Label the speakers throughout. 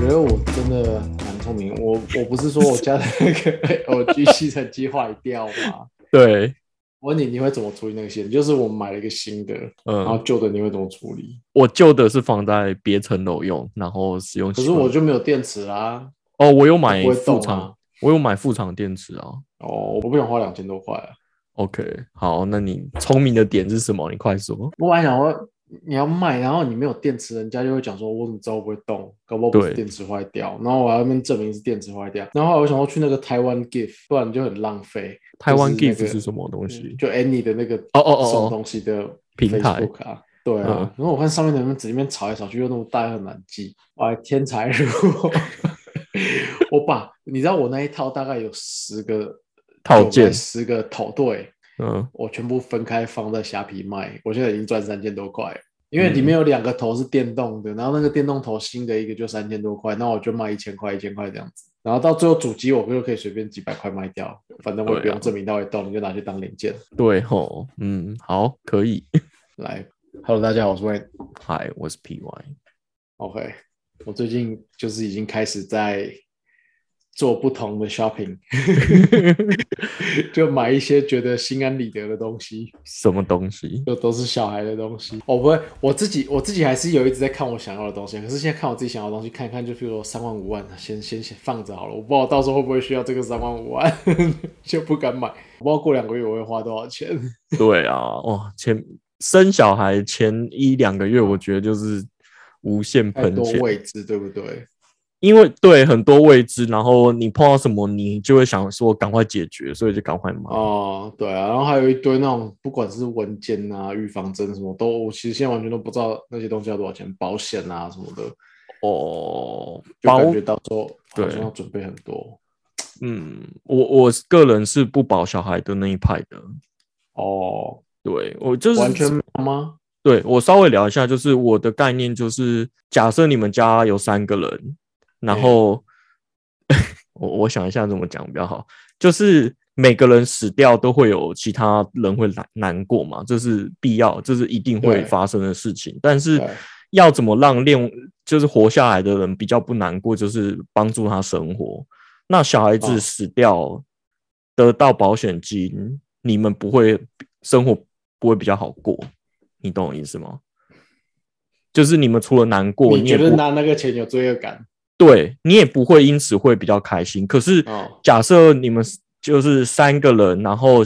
Speaker 1: 得我真的蛮聪明，我我不是说我家的那 个 LG 吸尘机坏掉吗？
Speaker 2: 对，
Speaker 1: 我问你，你会怎么处理那个线？就是我买了一个新的，然后
Speaker 2: 嗯，
Speaker 1: 旧的你会怎么处理？
Speaker 2: 我旧的是放在别层楼用，然后使用
Speaker 1: 可
Speaker 2: 习
Speaker 1: 是
Speaker 2: 惯。
Speaker 1: 我就没有电池啦，
Speaker 2: 哦，我有买
Speaker 1: 不会
Speaker 2: 副
Speaker 1: 动
Speaker 2: 厂，
Speaker 1: 啊。
Speaker 2: 我有买副厂电池啊。
Speaker 1: 哦，我不想花两千多块啊。
Speaker 2: OK，好，那你聪明的点是什么？你快说。
Speaker 1: 我本来想说你要卖，然后你没有电池，人家就会讲说，我怎么知道我不会动？搞不好不
Speaker 2: 对
Speaker 1: 是电池坏掉。然后我还要那边证明是电池坏掉。然后后来我想说去那个台湾 GIF，不然就很浪费。
Speaker 2: 台湾
Speaker 1: 就是那
Speaker 2: Gift
Speaker 1: 个
Speaker 2: 是什么东西？
Speaker 1: 就 Any 的那个
Speaker 2: 嗯哦哦哦
Speaker 1: 送
Speaker 2: 哦
Speaker 1: 东西的
Speaker 2: 平台
Speaker 1: Facebook 啊，对
Speaker 2: 嗯
Speaker 1: 啊。然后我看上面的人只那边吵来吵去，又那么大，又很难记。哇，天才如我！ 我把你知道我那一套大概有十个
Speaker 2: 套件
Speaker 1: 有十个头对。
Speaker 2: 嗯，
Speaker 1: 我全部分开放在虾皮卖，我现在已经赚三千多块了，因
Speaker 2: 嗯
Speaker 1: 为里面有两个头是电动的，然后那个电动头新的一个就三千多块，那我就卖一千块一千块这样子，然后到最后主机我就可以随便几百块卖掉，反正我也不
Speaker 2: 对啊
Speaker 1: 用证明它会动，你就拿去当零件
Speaker 2: 对吼，嗯，好，可以。
Speaker 1: 来。Hello，大家好，我是 Wayne。
Speaker 2: 嗨，我是 PY。
Speaker 1: OK，我最近就是已经开始在做不同的 shopping，就买一些觉得心安理得的东西。
Speaker 2: 什么东西？
Speaker 1: 就都是小孩的东西。哦我不会，我自己我自己还是有一直在看我想要的东西，可是现在看我自己想要的东西，看一看就比如说三万五万，先先先放着好了，我不知道到时候会不会需要这个三万五万， 就不敢买。我不知道过两个月我会花多少钱。
Speaker 2: 对啊，哇，前生小孩前一两个月，我觉得就是无限
Speaker 1: 太
Speaker 2: 喷
Speaker 1: 多
Speaker 2: 钱，
Speaker 1: 未知，对不对？
Speaker 2: 因为对很多未知，然后你碰到什么，你就会想说赶快解决，所以就赶快买。
Speaker 1: 哦，对啊，然后还有一堆那种不管是文件啊、预防针什么，都我其实现在完全都不知道那些东西要多少钱，保险啊什么的，
Speaker 2: 哦，
Speaker 1: 就
Speaker 2: 保
Speaker 1: 感觉到时候好
Speaker 2: 对
Speaker 1: 像要准备很多。
Speaker 2: 嗯，我我个人是不保小孩的那一派的。
Speaker 1: 哦，
Speaker 2: 对我就是
Speaker 1: 完全没有吗？
Speaker 2: 对我稍微聊一下，就是我的概念就是，假设你们家有三个人，然
Speaker 1: 嗯
Speaker 2: 后、 我我想一下怎么讲比较好，就是每个人死掉都会有其他人会难难过嘛，这是必要，这是一定会
Speaker 1: 对
Speaker 2: 发生的事情。但是
Speaker 1: 对
Speaker 2: 要怎么让另就是活下来的人比较不难过，就是帮助他生活。那小孩子
Speaker 1: 哦
Speaker 2: 死掉得到保险金，你们不会生活不会比较好过，你懂我意思吗？就是你们除了难过，
Speaker 1: 你
Speaker 2: 也
Speaker 1: 觉
Speaker 2: 不
Speaker 1: 得拿那个钱有罪恶感？
Speaker 2: 对你也不会因此会比较开心。可是
Speaker 1: 哦
Speaker 2: 假设你们是就是三个人，然后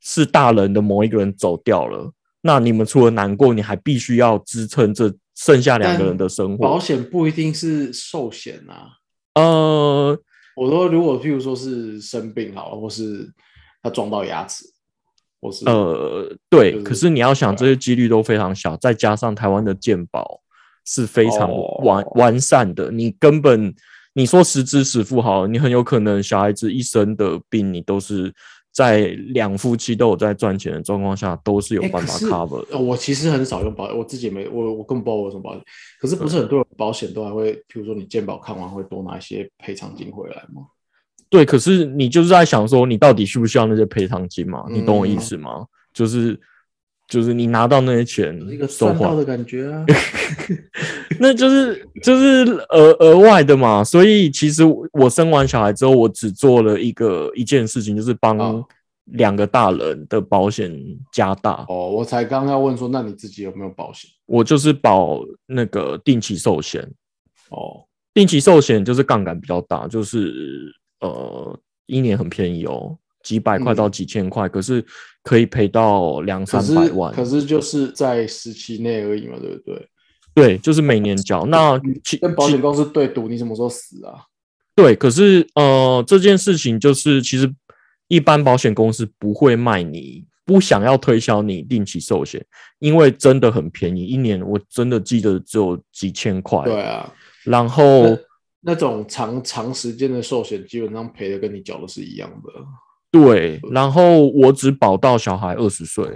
Speaker 2: 是大人的某一个人走掉了，那你们除了难过，你还必须要支撑这剩下两个人的生
Speaker 1: 嗯保
Speaker 2: 活。
Speaker 1: 险不一定是寿险啊。
Speaker 2: 呃，
Speaker 1: 我说，如果譬如说是生病好了，或是他撞到牙齿，或是
Speaker 2: 呃，对，
Speaker 1: 就是
Speaker 2: 可是你要想，这
Speaker 1: 对啊
Speaker 2: 些几率都非常小，再加上台湾的健保是非常
Speaker 1: 哦
Speaker 2: 完、完善的，你根本你说实支实付好了，你很有可能小孩子一生的病，你都是在两夫妻都有在赚钱的状况下，都是有
Speaker 1: 欸
Speaker 2: 办
Speaker 1: 可
Speaker 2: 法
Speaker 1: 是
Speaker 2: cover 的。
Speaker 1: 呃我其实很少用保，我自己也没我我根本不知道我有什么保险。可是不
Speaker 2: 嗯
Speaker 1: 是很多人保险都还会，譬如说你健保看完会多拿一些赔偿金回来吗？
Speaker 2: 对，可是你就是在想说，你到底需不需要那些赔偿金嘛？你懂我意
Speaker 1: 嗯
Speaker 2: 思吗？就是就是你拿到那些钱
Speaker 1: 有一个，
Speaker 2: 收
Speaker 1: 赚
Speaker 2: 回来
Speaker 1: 到的感觉 啊。
Speaker 2: 那就是就是额额外的嘛，所以其实我我生完小孩之后，我只做了一个一件事情，就是帮
Speaker 1: 哦
Speaker 2: 两个大人的保险加大，
Speaker 1: 哦，我才刚要问说，那你自己有没有保险？
Speaker 2: 我就是保那个定期寿险，
Speaker 1: 哦，
Speaker 2: 定期寿险就是杠杆比较大，就是呃一年很便宜哦，几百块
Speaker 1: 嗯
Speaker 2: 到几千块，可是可以赔到两
Speaker 1: 可
Speaker 2: 三
Speaker 1: 是
Speaker 2: 百万，
Speaker 1: 可是就是在时期内而已嘛，对不对？
Speaker 2: 对，就是每年缴。那其
Speaker 1: 跟保
Speaker 2: 其
Speaker 1: 险公司对赌，你什么时候死啊？
Speaker 2: 对，可是呃，这件事情就是其实一般保险公司不会卖你，不想要推销你定期寿险，因为真的很便宜，一年我真的记得只有几千块。
Speaker 1: 对，啊，
Speaker 2: 然后
Speaker 1: 那种长长时间的寿险，基本上赔的跟你缴的是一样的。
Speaker 2: 对，然后我只保到小孩二十岁。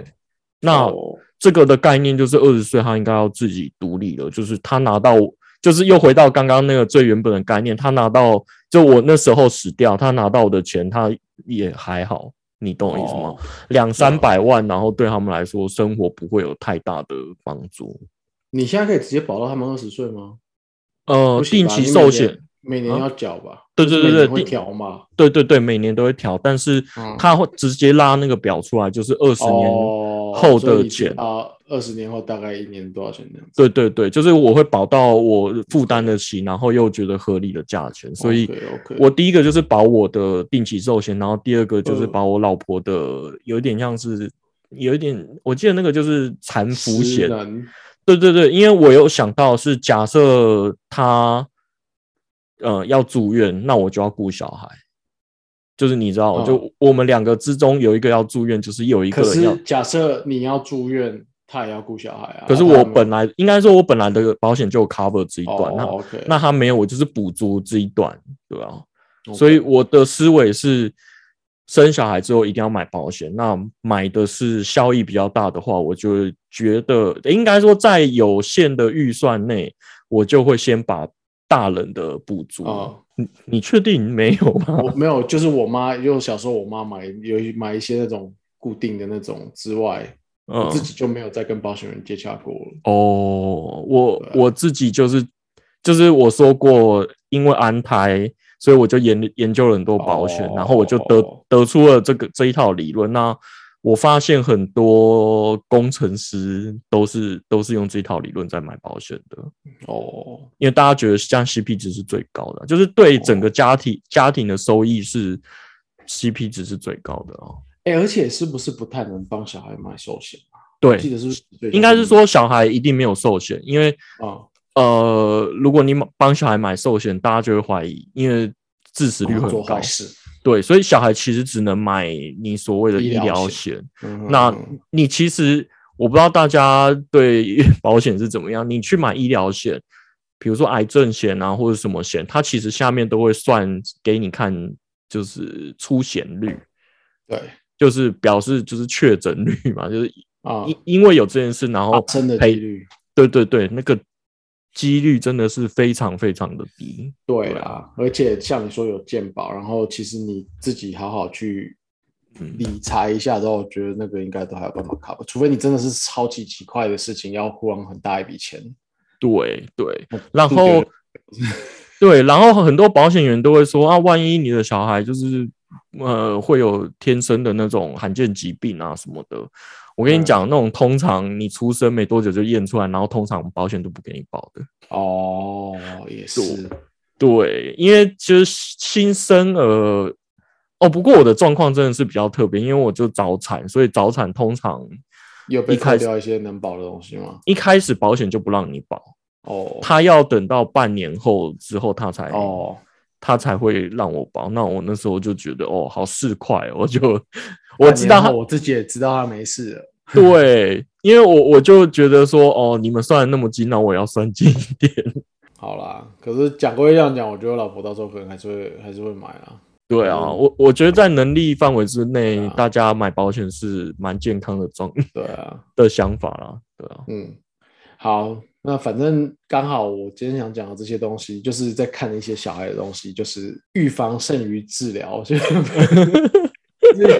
Speaker 2: 那
Speaker 1: 哦
Speaker 2: 这个的概念就是二十岁他应该要自己独立了，就是他拿到，就是又回到刚刚那个最原本的概念，他拿到就我那时候死掉，他拿到我的钱，他也还好，你懂我意思吗？
Speaker 1: 哦
Speaker 2: 两三百万，然后对他们来说生活不会有太大的帮助。
Speaker 1: 你现在可以直接保到他们二十岁吗？
Speaker 2: 呃，
Speaker 1: 不行
Speaker 2: 定
Speaker 1: 吧
Speaker 2: 期
Speaker 1: 你每
Speaker 2: 寿
Speaker 1: 年
Speaker 2: 险，
Speaker 1: 每年
Speaker 2: 啊
Speaker 1: 要缴吧？
Speaker 2: 对对
Speaker 1: 每
Speaker 2: 对
Speaker 1: 年
Speaker 2: 对，
Speaker 1: 会
Speaker 2: 定
Speaker 1: 调嘛？
Speaker 2: 对对对，每年都会调，但是
Speaker 1: 嗯
Speaker 2: 它会直接拉那个表出来，就是二十年。
Speaker 1: 哦，
Speaker 2: 后
Speaker 1: 所以
Speaker 2: 的
Speaker 1: 你知
Speaker 2: 钱
Speaker 1: 道二十年后大概一年多少钱这样子？
Speaker 2: 对对对，就是我会保到我负担得起，然后又觉得合理的价钱。所以，
Speaker 1: OK，
Speaker 2: 我第一个就是保我的定期寿险，然后第二个就是
Speaker 1: 嗯
Speaker 2: 保我老婆的，有一点像是，有一点，我记得那个就是残服险。对对对，因为我有想到是假设他呃要住院，那我就要顾小孩。就是你知道，
Speaker 1: 嗯
Speaker 2: 就我们两个之中有一个要住院，就是有一个
Speaker 1: 可
Speaker 2: 人要
Speaker 1: 是。假设你要住院，他也要顾小孩啊。
Speaker 2: 可是
Speaker 1: 啊
Speaker 2: 我
Speaker 1: 他没
Speaker 2: 本来应该说，我本来的保险就有 cover 这一段，那
Speaker 1: 哦、OK，
Speaker 2: 啊那他没有，我就是补足这一段，对啊吧、
Speaker 1: OK
Speaker 2: 所以我的思维是，生小孩之后一定要买保险。那买的是效益比较大的话，我就会觉得应该说在有限的预算内，我就会先把大人的补足。
Speaker 1: 哦
Speaker 2: 你你确定没有吗？
Speaker 1: 我没有，就是我妈，因为我小时候我妈买有一买一些那种固定的那种之外，
Speaker 2: 嗯
Speaker 1: 我自己就没有再跟保险人接洽过了。
Speaker 2: 哦，我
Speaker 1: 对啊
Speaker 2: 我自己就是就是我说过，因为安胎，所以我就研研究了很多保险，然后我就得
Speaker 1: 哦
Speaker 2: 得出了这个这一套理论。那我发现很多工程师都是都是用这套理论在买保险的，
Speaker 1: 哦，
Speaker 2: 因为大家觉得这样 CP 值是最高的，啊就是对整个家
Speaker 1: 哦
Speaker 2: 庭、家庭的收益是 CP 值是最高的哦。
Speaker 1: 哎、而且是不是不太能帮小孩买寿险？啊
Speaker 2: 对，
Speaker 1: 记得是不是
Speaker 2: 应该是说小孩一定没有寿险，因为
Speaker 1: 啊，
Speaker 2: 呃，如果你买帮小孩买寿险，大家就会怀疑，因为致死率
Speaker 1: 哦做
Speaker 2: 很高
Speaker 1: 坏。事。
Speaker 2: 对，所以小孩其实只能买你所谓的
Speaker 1: 医
Speaker 2: 医
Speaker 1: 疗
Speaker 2: 疗
Speaker 1: 险
Speaker 2: 险。
Speaker 1: 嗯
Speaker 2: 那
Speaker 1: 嗯
Speaker 2: 你其实我不知道大家对 保险是怎么样，你去买医疗险，比如说癌症险啊或者什么险，它其实下面都会算给你看，就是出险率，
Speaker 1: 对
Speaker 2: 就是表示就是确诊率嘛，就是
Speaker 1: 啊，
Speaker 2: 因因为有这件事，然后
Speaker 1: 发生的
Speaker 2: 赔
Speaker 1: 几率。
Speaker 2: 对对对，那个几率真的是非常非常的低。
Speaker 1: 对
Speaker 2: 对
Speaker 1: 啊，而且像你说有健保，然后其实你自己好好去
Speaker 2: 嗯
Speaker 1: 理财一下之后，我觉得那个应该都还有办法 cover，除非你真的是超级奇怪的事情，要忽然很大一笔钱。
Speaker 2: 对对，
Speaker 1: 我
Speaker 2: 然
Speaker 1: 是觉
Speaker 2: 后
Speaker 1: 得
Speaker 2: 对，然后很多保险员都会说啊，万一你的小孩就是呃会有天生的那种罕见疾病啊什么的，我跟你
Speaker 1: 嗯
Speaker 2: 讲，那种通常你出生没多久就验出来，然后通常保险都不给你保的。
Speaker 1: 哦，也是
Speaker 2: 对，因为就是新生儿哦，不过我的状况真的是比较特别，因为我就早产，所以早产通常
Speaker 1: 有被
Speaker 2: 一
Speaker 1: 扣
Speaker 2: 开始
Speaker 1: 掉一些能保的东西吗？
Speaker 2: 一开始保险就不让你保，
Speaker 1: 哦
Speaker 2: 他要等到半年后之后他才
Speaker 1: 哦，
Speaker 2: 他才会让我保。那我那时候就觉得哦，好市侩哦，我 就我知
Speaker 1: 半年
Speaker 2: 道他
Speaker 1: 后我自己也知道他没事了。
Speaker 2: 对，因为我我就觉得说哦，你们算的那么精，那我也要算精一点。
Speaker 1: 好啦，可是讲归这样讲，我觉得我老婆到时候可能还是会还是会买啦。
Speaker 2: 对啊，
Speaker 1: 嗯
Speaker 2: 我我觉得在能力范围之内，
Speaker 1: 对啊
Speaker 2: 大家买保险是蛮健康的状
Speaker 1: 对啊，
Speaker 2: 的想法啦。对啊，
Speaker 1: 嗯，好，那反正刚好我今天想讲的这些东西，就是在看一些小孩的东西，就是预防胜于治疗。就是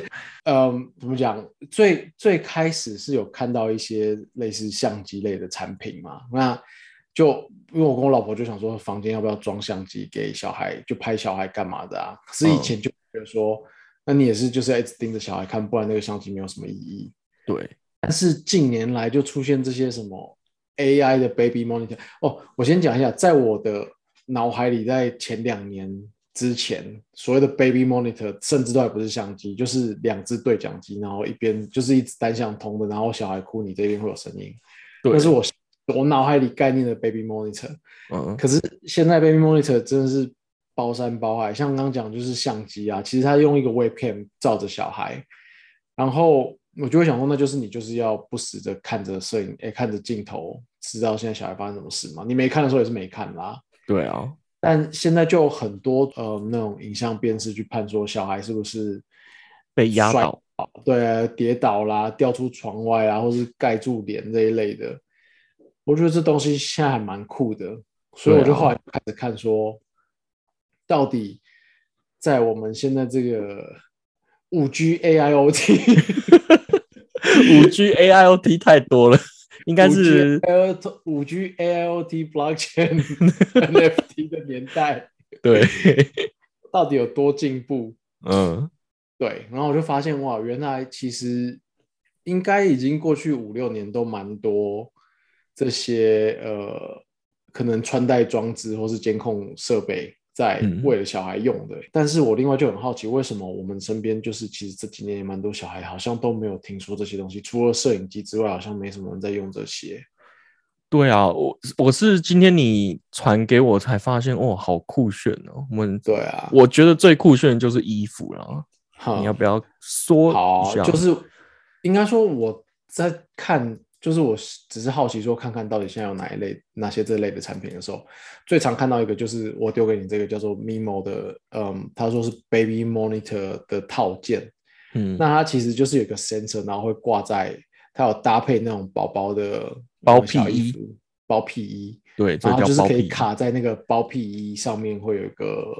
Speaker 1: 嗯，怎么讲？最最开始是有看到一些类似相机类的产品嘛，那就因为我跟我老婆就想说，房间要不要装相机给小孩，就拍小孩干嘛的啊？可是以
Speaker 2: 嗯
Speaker 1: 前就觉得说，那你也是就是要一直盯着小孩看，不然那个相机没有什么意义。
Speaker 2: 对，
Speaker 1: 但是近年来就出现这些什么 AI 的 baby monitor。哦，我先讲一下，在我的脑海里，在前两年之前，所谓的 baby monitor 甚至都还不是相机，就是两只对讲机，然后一边就是一直单向通的，然后小孩哭，你这边会有声音。
Speaker 2: 对
Speaker 1: 那是我我脑海里概念的 baby monitor。
Speaker 2: 嗯，
Speaker 1: 可是现在 baby monitor 真的是包山包海，像刚刚讲就是相机啊，其实他用一个 webcam 照着小孩，然后我就会想说，那就是你就是要不时的看着摄影，哎、看着镜头，知道现在小孩发生什么事嘛？你没看的时候也是没看啦。
Speaker 2: 对啊，
Speaker 1: 但现在就有很多呃那种影像辨识去判说小孩是不是
Speaker 2: 被压
Speaker 1: 摔
Speaker 2: 倒，
Speaker 1: 对，啊跌倒啦、掉出床外啊，或是盖住脸这一类的。我觉得这东西现在还蛮酷的，所以
Speaker 2: 对啊
Speaker 1: 我就后来开始看说，到底在我们现在这个五 G AIoT
Speaker 2: 五 G AIoT 太多了，应该是
Speaker 1: L 五 G AIoT blockchain NFT 的年代，
Speaker 2: 对，
Speaker 1: 到底有多进步？
Speaker 2: 嗯，
Speaker 1: 对，然后我就发现哇，原来其实应该已经过去五六年都蛮多这些呃，可能穿戴装置或是监控设备在
Speaker 2: 嗯
Speaker 1: 为了小孩用的。但是我另外就很好奇，为什么我们身边就是其实这几年也蛮多小孩好像都没有听说这些东西，除了摄影机之外，好像没什么人在用这些。
Speaker 2: 对啊，我我是今天你传给我才发现，哦，好酷炫哦！我们
Speaker 1: 对啊，
Speaker 2: 我觉得最酷炫的就是衣服啦，
Speaker 1: 好
Speaker 2: 你要不要说
Speaker 1: 嗯好
Speaker 2: 一下？，
Speaker 1: 就是应该说我在看，就是我是只是好奇说，看看到底现在有哪一类、哪些这类的产品的时候，最常看到一个就是我丢给你这个叫做 Mimo 的，嗯，他说是 Baby Monitor 的套件，
Speaker 2: 嗯，
Speaker 1: 那它其实就是有一个 sensor，然后会挂在，它有搭配那种宝宝的
Speaker 2: 包
Speaker 1: 呃小
Speaker 2: 屁
Speaker 1: 衣
Speaker 2: 衣
Speaker 1: 服包屁衣，
Speaker 2: 对，这
Speaker 1: 然后
Speaker 2: 叫
Speaker 1: 就是
Speaker 2: 包
Speaker 1: 可以
Speaker 2: 庇。
Speaker 1: 卡在那个包屁衣上面，会有一个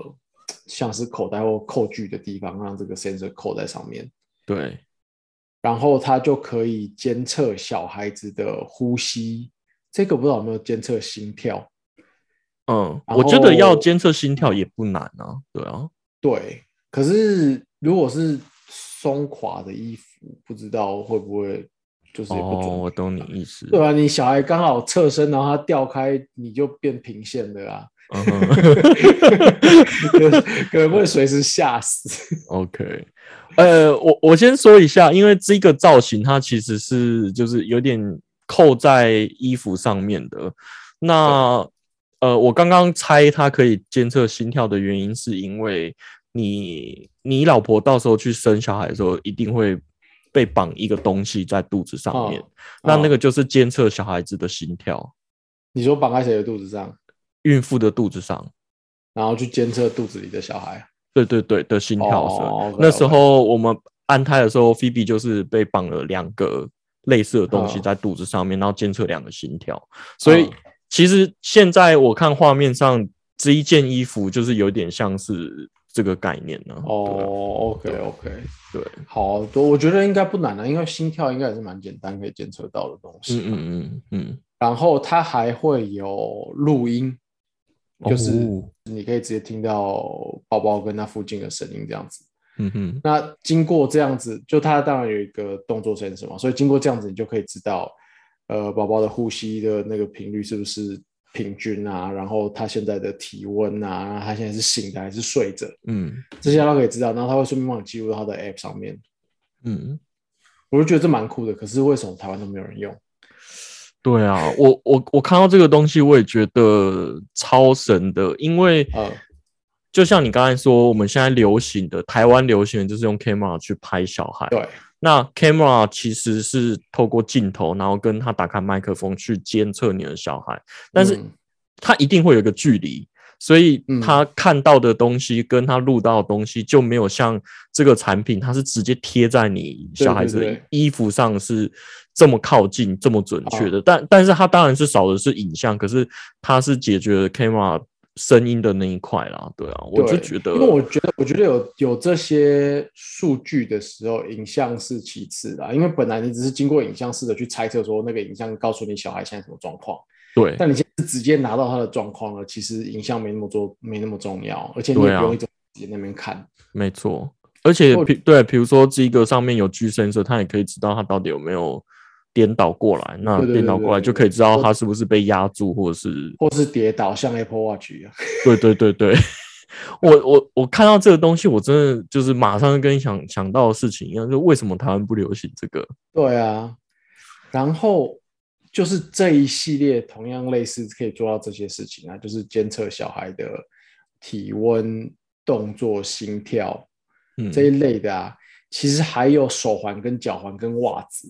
Speaker 1: 像是口袋或扣具的地方，让这个 sensor 扣在上面。
Speaker 2: 对，
Speaker 1: 然后它就可以监测小孩子的呼吸，这个不知道有没有监测心跳。
Speaker 2: 嗯，
Speaker 1: 然
Speaker 2: 我觉得要
Speaker 1: 后
Speaker 2: 监测心跳也不难啊，对啊，
Speaker 1: 对，可是如果是松垮的衣服，不知道会不会就是也不准。
Speaker 2: 哦，我懂你意思。
Speaker 1: 对啊，你小孩刚好侧身，然后他掉开，你就变平线的 啊，
Speaker 2: 嗯哼
Speaker 1: 可能会随时吓死。
Speaker 2: OK，呃，我我先说一下，因为这个造型它其实是就是有点扣在衣服上面的。那呃，我刚刚猜它可以监测心跳的原因，是因为你你老婆到时候去生小孩的时候，一定会被绑一个东西在肚子上面，
Speaker 1: 哦
Speaker 2: 那那个
Speaker 1: 哦
Speaker 2: 就是监测小孩子的心跳，
Speaker 1: 你说绑在谁的肚子上，
Speaker 2: 孕妇的肚子上。
Speaker 1: 然后去监测肚子里的小孩？
Speaker 2: 对对对的心跳声。
Speaker 1: 哦，OK，OK
Speaker 2: 那时候我们安胎的时候，菲比就是被绑了两个类似的东西
Speaker 1: 嗯
Speaker 2: 在肚子上面，然后监测两个心跳。所以
Speaker 1: 嗯
Speaker 2: 其实现在我看画面上这一件衣服就是有点像是这个概念呢、哦，
Speaker 1: 哦，OK OK，
Speaker 2: 对，
Speaker 1: 好多，我觉得应该不难啊，因为心跳应该也是蛮简单可以检测到的东西。
Speaker 2: 嗯嗯嗯嗯，
Speaker 1: 然后它还会有录音，就是
Speaker 2: 哦
Speaker 1: 你可以直接听到宝宝跟他附近的声音这样子。
Speaker 2: 嗯哼，
Speaker 1: 那经过这样子，就它当然有一个动作 sensor 嘛，所以经过这样子，你就可以知道，呃，宝宝的呼吸的那个频率是不是平均啊？然后他现在的体温啊，然后他现在是醒的还是睡着，
Speaker 2: 嗯
Speaker 1: 这些都可以知道。然后它会顺便帮你记录到它的 app 上面。
Speaker 2: 嗯。
Speaker 1: 我就觉得这蛮酷的，可是为什么台湾都没有人用？
Speaker 2: 对啊，我我我看到这个东西，我也觉得超神的，因为
Speaker 1: 呃，
Speaker 2: 就像你刚才说，我们现在流行的台湾流行的就是用 camera 去拍小孩。
Speaker 1: 对，
Speaker 2: 那 camera 其实是透过镜头，然后跟他打开麦克风去监测你的小孩，但是
Speaker 1: 嗯
Speaker 2: 他一定会有一个距离，所以
Speaker 1: 嗯
Speaker 2: 他看到的东西跟他录到的东西就没有像这个产品，它是直接贴在你小孩子
Speaker 1: 对对
Speaker 2: 的
Speaker 1: 对
Speaker 2: 衣服上是这么靠近、这么准确的。但但是它当然是少的是影像，可是它是解决了 camera 声音的那一块啦。对啊，我就
Speaker 1: 对
Speaker 2: 觉得，
Speaker 1: 因为我觉得，我觉得有有这些数据的时候，影像是其次啦。因为本来你只是经过影像试着去猜测说那个影像告诉你小孩现在什么状况，
Speaker 2: 对
Speaker 1: 但你现在是直接拿到他的状况了，其实影像没那么做，没那么重要，而且你也不
Speaker 2: 对啊
Speaker 1: 用一直在那边看。
Speaker 2: 没错，而且
Speaker 1: 我
Speaker 2: 比对，比如说这个上面有 G sensor，它也可以知道它到底有没有颠倒过来。那
Speaker 1: 对对对
Speaker 2: 颠倒过来
Speaker 1: 对对
Speaker 2: 就可以知道它是不是被压住，或者是
Speaker 1: 或是跌倒，像 Apple Watch 一样。
Speaker 2: 对对对对。我我我看到这个东西，我真的就是马上就跟你想想到的事情一样，就为什么台湾不流行这个？
Speaker 1: 对啊，然后就是这一系列同样类似可以做到这些事情啊，就是监测小孩的体温、动作、心跳
Speaker 2: 嗯，
Speaker 1: 这一类的啊。其实还有手环、跟脚环、跟袜子，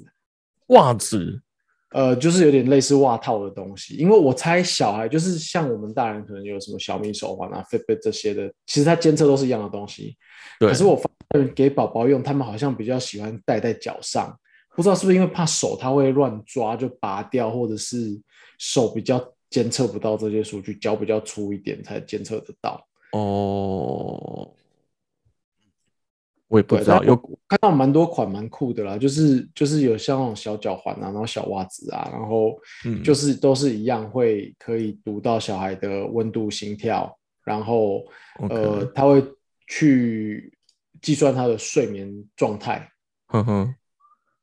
Speaker 2: 袜子，
Speaker 1: 呃，就是有点类似袜套的东西。因为我猜小孩就是像我们大人可能有什么小米手环啊、Fitbit 这些的，其实它监测都是一样的东西。
Speaker 2: 对，
Speaker 1: 可是我发现给宝宝用，他们好像比较喜欢戴在脚上，不知道是不是因为怕手他会乱抓就拔掉，或者是手比较监测不到这些数据，脚比较粗一点才监测得到。
Speaker 2: 哦，我也不知道
Speaker 1: 对但
Speaker 2: 有
Speaker 1: 看到蛮多款蛮酷的啦，就是就是有像那种小脚环啊，然后小袜子啊，然后
Speaker 2: 嗯
Speaker 1: 就是都是一样会可以读到小孩的温度、心跳，然后
Speaker 2: OK
Speaker 1: 呃，他会去计算他的睡眠状态，
Speaker 2: 哼哼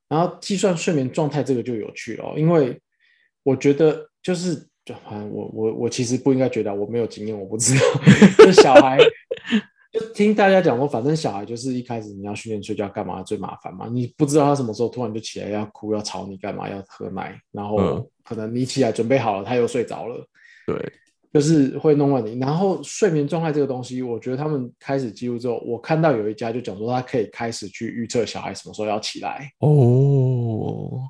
Speaker 1: 然后计算睡眠状态这个就有趣了哦，因为我觉得就是就好像我我我其实不应该觉得啊我没有经验，我不知道， 就是小孩就听大家讲说，反正小孩就是一开始你要训练睡觉干嘛最麻烦嘛，你不知道他什么时候突然就起来要哭要吵你干嘛要喝奶，然后
Speaker 2: 嗯
Speaker 1: 可能你起来准备好了他又睡着了。
Speaker 2: 对
Speaker 1: 就是会弄乱你。然后睡眠状态这个东西，我觉得他们开始记录之后，我看到有一家就讲说，他可以开始去预测小孩什么时候要起来，
Speaker 2: 哦，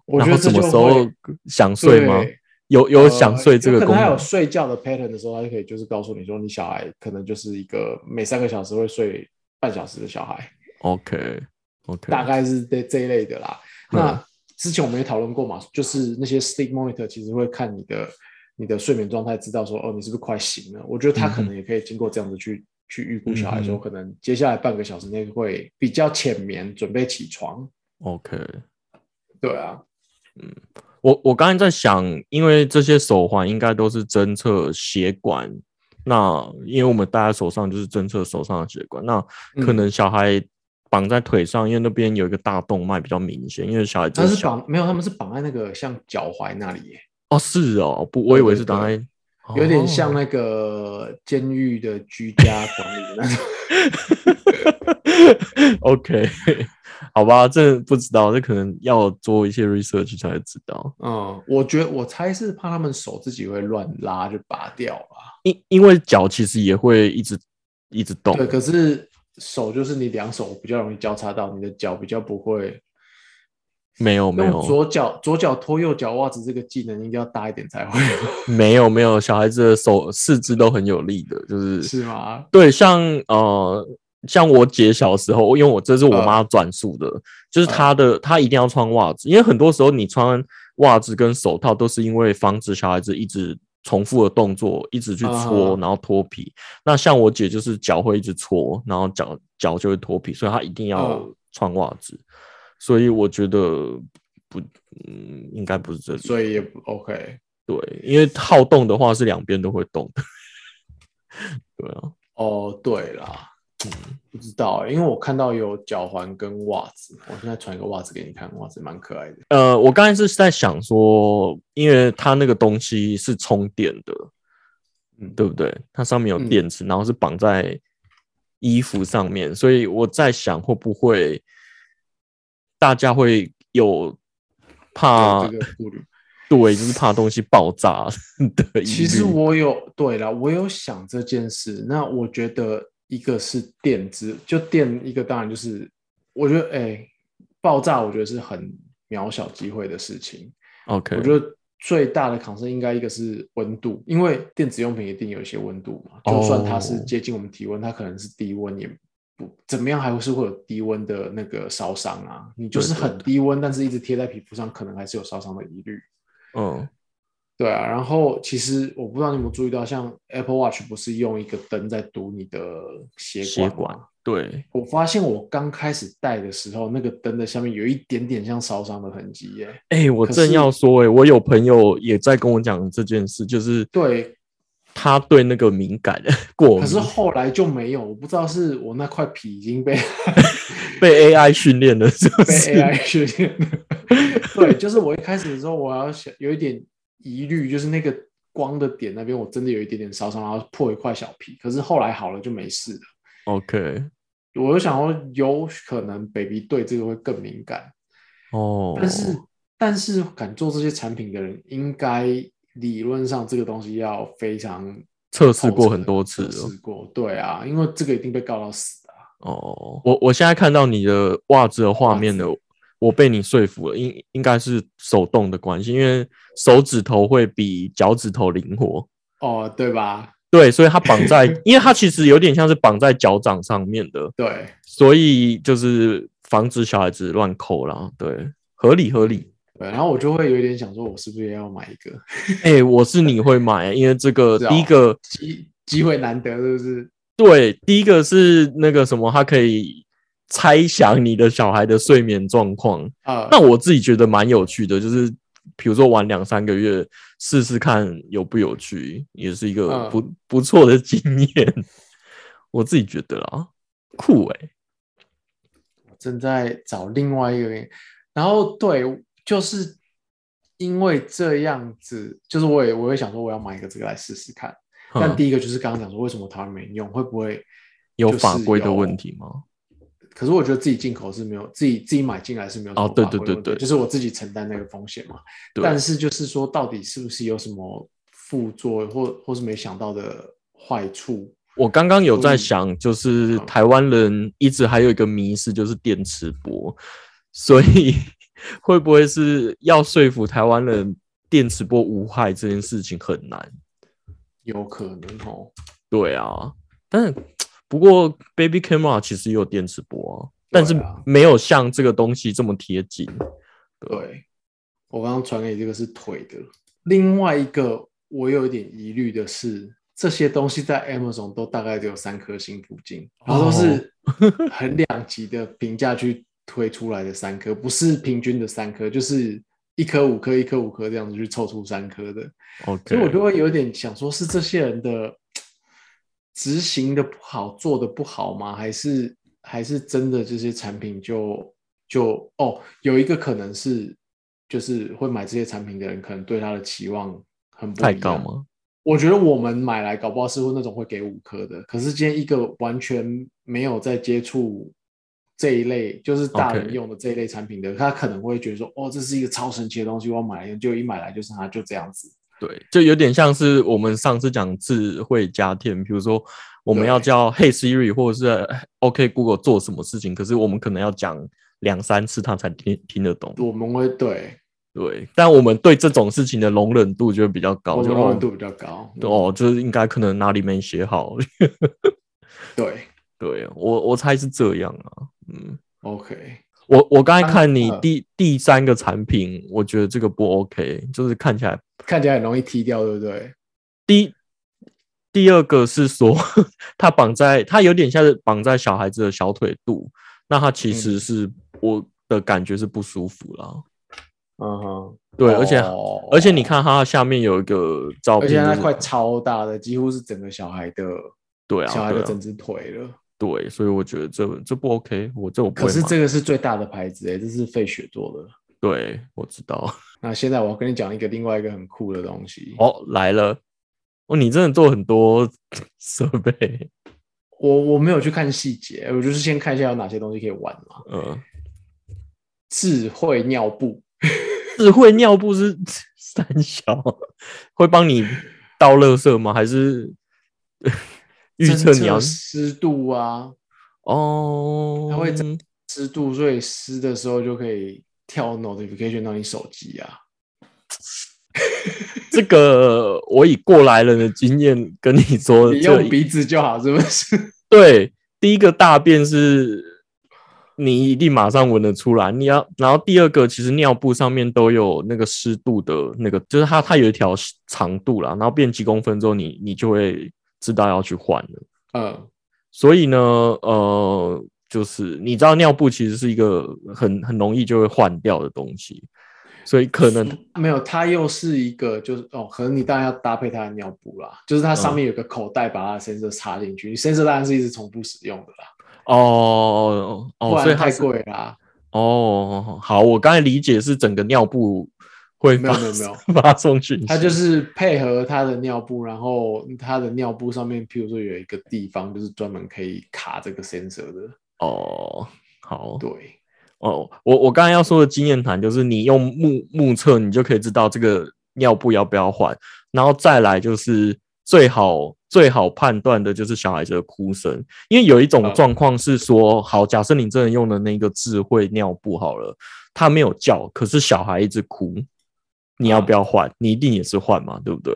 Speaker 1: 我
Speaker 2: 然
Speaker 1: 觉得
Speaker 2: 后
Speaker 1: 这
Speaker 2: 什么
Speaker 1: 就
Speaker 2: 时候
Speaker 1: 会
Speaker 2: 想睡吗？
Speaker 1: 对
Speaker 2: 有有想睡这个
Speaker 1: 呃有可
Speaker 2: 功
Speaker 1: 能他
Speaker 2: 能
Speaker 1: 有？睡觉的 pattern 的时候，他就可以就是告诉你说，你小孩可能就是一个每三个小时会睡半小时的小孩，
Speaker 2: OK OK，
Speaker 1: 大概是这这一类的啦。
Speaker 2: 嗯
Speaker 1: 那之前我们也讨论过嘛，就是那些 sleep monitor 其实会看你的你的睡眠状态，知道说哦你是不是快醒了。我觉得他可能也可以经过这样子去、去预估小孩说，
Speaker 2: 嗯嗯哼
Speaker 1: 可能接下来半个小时内会比较浅眠，准备起床。
Speaker 2: OK。
Speaker 1: 对啊，
Speaker 2: 我我刚才在想，因为这些手环应该都是侦测血管，那因为我们戴在手上就是侦测手上的血管，那
Speaker 1: 嗯
Speaker 2: 可能小孩绑在腿上，因为那边有一个大动脉比较明显，因为小孩
Speaker 1: 他
Speaker 2: 真
Speaker 1: 是
Speaker 2: 小
Speaker 1: 绑没有，他们是绑在那个像脚踝那里耶，
Speaker 2: 哦，是哦，不，我以为是绑在，
Speaker 1: 有点像
Speaker 2: 哦
Speaker 1: 那个监狱的居家管理的那 种。
Speaker 2: OK，好吧，这不知道，这可能要做一些 research 才会知道。
Speaker 1: 嗯，我觉得我猜是怕他们手自己会乱拉就拔掉吧。
Speaker 2: 因因为脚其实也会一直一直动
Speaker 1: 对，，可是手就是你两手比较容易交叉到，你的脚比较不会。
Speaker 2: 没有没
Speaker 1: 用
Speaker 2: 有
Speaker 1: 左脚左脚脱右脚袜子这个技能应该要大一点才会，
Speaker 2: 没有没有，小孩子的手四肢都很有力的，就是
Speaker 1: 是吗？
Speaker 2: 对，像呃，像我姐小时候，因为我这是我
Speaker 1: 嗯
Speaker 2: 妈转述的，就是她的她一定要穿袜子，因为很多时候你穿袜子跟手套都是因为防止小孩子一直重复的动作，一直去搓，
Speaker 1: 嗯
Speaker 2: 然后脱皮。那像我姐就是脚会一直搓，然后脚脚就会脱皮，所以她一定要
Speaker 1: 嗯
Speaker 2: 穿袜子。所以我觉得不，嗯，应该不是这里。
Speaker 1: 所以也不 OK
Speaker 2: 对，因为好动的话是两边都会动的。对啊。
Speaker 1: 哦。对啦，嗯，不知道欸、因为我看到有脚环跟袜子，我现在传一个袜子给你看，袜子蛮可爱的。
Speaker 2: 呃，我刚才是在想说，因为它那个东西是充电的，
Speaker 1: 嗯，
Speaker 2: 对不对？它上面有
Speaker 1: 嗯
Speaker 2: 电池，然后是绑在衣服上面，所以我在想会不会大家会有怕啊
Speaker 1: 有哦这个顾虑。
Speaker 2: 对，就是怕东西爆炸的 疑虑。
Speaker 1: 其实我有对啦，我有想这件事。那我觉得一个是电子，就电一个当然就是，我觉得哎、爆炸我觉得是很渺小机会的事情。
Speaker 2: OK，
Speaker 1: 我觉得最大的抗生应该一个是温度，因为电子用品一定有一些温度嘛，
Speaker 2: 哦
Speaker 1: 就算它是接近我们体温，它可能是低温也。不怎么样，还是会有低温的那个烧伤啊。你就是
Speaker 2: 对对
Speaker 1: 很低温，但是一直贴在皮肤上，可能还是有烧伤的疑虑。
Speaker 2: 嗯，
Speaker 1: 对啊，然后其实我不知道你有没有注意到，像 Apple Watch 不是用一个灯在读你的血
Speaker 2: 血
Speaker 1: 管
Speaker 2: 管
Speaker 1: 吗？
Speaker 2: 对，
Speaker 1: 我发现我刚开始戴的时候，那个灯的下面有一点点像烧伤的痕迹耶。
Speaker 2: 哎、我
Speaker 1: 可
Speaker 2: 正
Speaker 1: 是
Speaker 2: 要说、欸，我有朋友也在跟我讲这件事，就是
Speaker 1: 对，
Speaker 2: 他对那个敏感
Speaker 1: 可
Speaker 2: 过敏
Speaker 1: 是。后来就没有，我不知道是我那块皮已经 被
Speaker 2: 被 AI 训练的，是不
Speaker 1: 被
Speaker 2: 是？
Speaker 1: AI 训练了。对，就是我一开始的时候，我要想有一点疑虑，就是那个光的点那边，我真的有一点点烧伤，然后破一块小皮。可是后来好了就没事了。
Speaker 2: OK，
Speaker 1: 我就想说，有可能 baby 对这个会更敏感，
Speaker 2: 哦，
Speaker 1: 但是、但是敢做这些产品的人，应该理论上这个东西要非常
Speaker 2: 测试
Speaker 1: 透彻
Speaker 2: 过
Speaker 1: 地
Speaker 2: 很多次哦
Speaker 1: 测
Speaker 2: 了
Speaker 1: 试过，对啊，因为这个一定被告到死的啊、
Speaker 2: 哦。我我现在看到你的袜子的画面了，
Speaker 1: 嗯
Speaker 2: 我被你说服了，应应该是手动的关系，因为手指头会比脚趾头灵活。
Speaker 1: 哦，对吧？
Speaker 2: 对，所以它绑 在，因为它其实有点像是绑在脚掌上面的，
Speaker 1: 对，
Speaker 2: 所以就是防止小孩子乱扣啦。对，合理 合理。
Speaker 1: 对，然后我就会有一点想说，我是不是也要买一个？
Speaker 2: 哎、我是你会买，因为这个
Speaker 1: 是哦
Speaker 2: 第一个
Speaker 1: 机机会难得，是不是？
Speaker 2: 对，第一个是那个什么，它可以猜想你的小孩的睡眠状况。
Speaker 1: 啊、
Speaker 2: 那我自己觉得蛮有趣的，就是比如说玩两三个月试试看有不有趣，也是一个
Speaker 1: 嗯
Speaker 2: 不、不错的经验。 我自己觉得啦，酷欸诶、
Speaker 1: 我正在找另外一个原因。然后对，就是因为这样子，就是我也我也想说我要买一个这个来试试看。但
Speaker 2: 嗯，
Speaker 1: 第一个就是刚刚讲说为什么台湾没用，会不会
Speaker 2: 有
Speaker 1: 就是
Speaker 2: 法规的
Speaker 1: 有
Speaker 2: 问题吗？
Speaker 1: 可是我觉得自己进口是没有自己自己买进来是没有什么
Speaker 2: 哦对
Speaker 1: 法规
Speaker 2: 对对
Speaker 1: 问题
Speaker 2: 对
Speaker 1: 就是我自己承担那个风险嘛。
Speaker 2: 对
Speaker 1: 但是就是说，到底是不是有什么副作用，或或是没想到的坏处？
Speaker 2: 我刚刚有在
Speaker 1: 所以
Speaker 2: 想，就是
Speaker 1: 嗯
Speaker 2: 台湾人一直还有一个迷思，就是电磁波，所以会不会是要说服台湾人电磁波无害这件事情很难？
Speaker 1: 有可能哦。
Speaker 2: 对啊，但是不过 baby camera 其实也有电磁波啊，但是
Speaker 1: 对啊
Speaker 2: 没有像这个东西这么贴近。
Speaker 1: 对，我刚刚传给你这个是腿的。另外一个我有一点疑虑的是，这些东西在 Amazon 都大概只有三颗星附近，然后都是很两极的评价去推出来的三颗，不是平均的三颗，就是一颗五颗，一颗五颗这样子去凑出三颗的。所以我
Speaker 2: OK，
Speaker 1: 就会有点想说，是这些人的执行的不好，做的不好吗？还是还是真的这些产品就就哦，有一个可能是，就是会买这些产品的人，可能对他的期望很不
Speaker 2: 太
Speaker 1: 一
Speaker 2: 高
Speaker 1: 样
Speaker 2: 吗？
Speaker 1: 我觉得我们买来搞不好是会那种会给五颗的，可是今天一个完全没有在接触这一类，就是大
Speaker 2: OK
Speaker 1: 人用的这一类产品的他可能会觉得说，哦，这是一个超神奇的东西，我要买来用，就一买来就是它就这样子。
Speaker 2: 对，就有点像是我们上次讲智慧家电，比如说我们
Speaker 1: 对
Speaker 2: 要叫 Hey Siri 或者是 OK Google 做什么事情，可是我们可能要讲两三次它才听听得懂。
Speaker 1: 我们会对
Speaker 2: 对，但我们对这种事情的容忍度就会比较高，
Speaker 1: 我
Speaker 2: 就
Speaker 1: 们容忍度
Speaker 2: 哦
Speaker 1: 比较高。嗯
Speaker 2: 哦，就是应该可能哪里没写好。
Speaker 1: 对
Speaker 2: 对我我猜是这样啊，嗯。
Speaker 1: ，OK，
Speaker 2: 我我刚才看你
Speaker 1: 嗯
Speaker 2: 第、第三个产品，我觉得这个不 OK，就是看起来
Speaker 1: 看起来很容易踢掉，对不对？
Speaker 2: 第第二个是说 它绑在它有点像是绑在小孩子的小腿肚，那它其实是、我的感觉是不舒服啦。
Speaker 1: 嗯哼，
Speaker 2: 对，而且、
Speaker 1: 哦
Speaker 2: 而且你，看它下面有一个照
Speaker 1: 而
Speaker 2: 片、
Speaker 1: 且
Speaker 2: 就
Speaker 1: 它
Speaker 2: 是，
Speaker 1: 快超大的，几乎是整个小孩的
Speaker 2: 对啊
Speaker 1: 小孩
Speaker 2: 对
Speaker 1: 的
Speaker 2: 啊
Speaker 1: 整只腿了。
Speaker 2: 对，所以我觉得这这不 OK，我这我不
Speaker 1: 可
Speaker 2: 会
Speaker 1: 是
Speaker 2: 买
Speaker 1: 这个是最大的牌子诶、欸这是费雪做的。
Speaker 2: 对我知道
Speaker 1: 那现在我要跟你讲一个另外一个很酷的东西。
Speaker 2: 哦来了哦，你真的做很多 设备，
Speaker 1: 我我没有去看细节，我就是先看一下有哪些东西可以玩嘛。
Speaker 2: 嗯、
Speaker 1: 智慧尿布，
Speaker 2: 智慧尿布是 三小，会帮你倒垃圾吗？还是预测你要
Speaker 1: 侦湿度啊，
Speaker 2: 哦？
Speaker 1: 它会侦湿度，所以湿的时候就可以跳 notification 到你手机啊。
Speaker 2: 这个，我以过来人的经验跟你说，
Speaker 1: 你
Speaker 2: 呃这
Speaker 1: 用鼻子就好，是不是？
Speaker 2: 对第一个大便是你一定马上闻得出来，你要，然后第二个其实尿布上面都有那个湿度的那个，就是它它有一条长度啦，然后变几公分之后你，你就会知道要去换了。
Speaker 1: 嗯，
Speaker 2: 所以呢，呃，就是你知道尿布其实是一个很很容易就会换掉的东西，所以可能
Speaker 1: 没有，它又是一个，就是哦，可能你当然要搭配它的尿布啦，就是它
Speaker 2: 哦
Speaker 1: 上面有个口袋，把它的 sensor 插进去，你 sensor 当然是一直重复使用的啦，
Speaker 2: 哦
Speaker 1: 不
Speaker 2: 哦，所以
Speaker 1: 然
Speaker 2: 它
Speaker 1: 太
Speaker 2: 是
Speaker 1: 贵啦。
Speaker 2: 哦好，我刚才理解是整个尿布会
Speaker 1: 没有
Speaker 2: 发
Speaker 1: 没有没有
Speaker 2: 发送讯息，
Speaker 1: 它就是配合它的尿布，然后它的尿布上面，譬如说有一个地方就是专门可以卡这个 sensor 的，
Speaker 2: 哦好
Speaker 1: 对，
Speaker 2: 哦，我我刚才要说的经验谈就是你用目目测你就可以知道这个尿布要不要换，然后再来就是最好最好判断的就是小孩子的哭声，因为有一种
Speaker 1: 嗯
Speaker 2: 状况是说，好，假设你真的用的那个智慧尿布好了，它没有叫，可是小孩一直哭，你要不要换？你一定也是换嘛，对不对？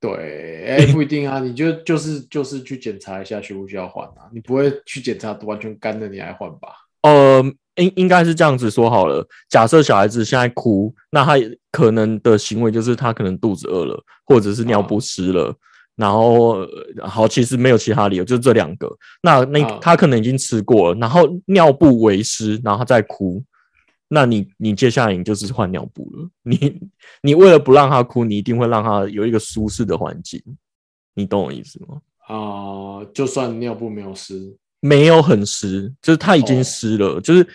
Speaker 1: 对，哎，不一定啊，你就就是就是去检查一下需不需要换啊，你不会去检查完全干的你还换吧？
Speaker 2: 呃，应应该是这样子说好了。假设小孩子现在哭，那他可能的行为就是他可能肚子饿了，或者是尿
Speaker 1: 啊
Speaker 2: 不湿了。然后呃好，其实没有其他理由，就这两个。那那
Speaker 1: 嗯
Speaker 2: 他可能已经吃过了，然后尿布为湿，然后他再哭，那你你接下来你就是换尿布了。你你为了不让他哭，你一定会让他有一个舒适的环境，你懂我意思吗？
Speaker 1: 啊、就算尿布没有湿，
Speaker 2: 没有很湿，就是它已经
Speaker 1: 哦
Speaker 2: 湿了，就是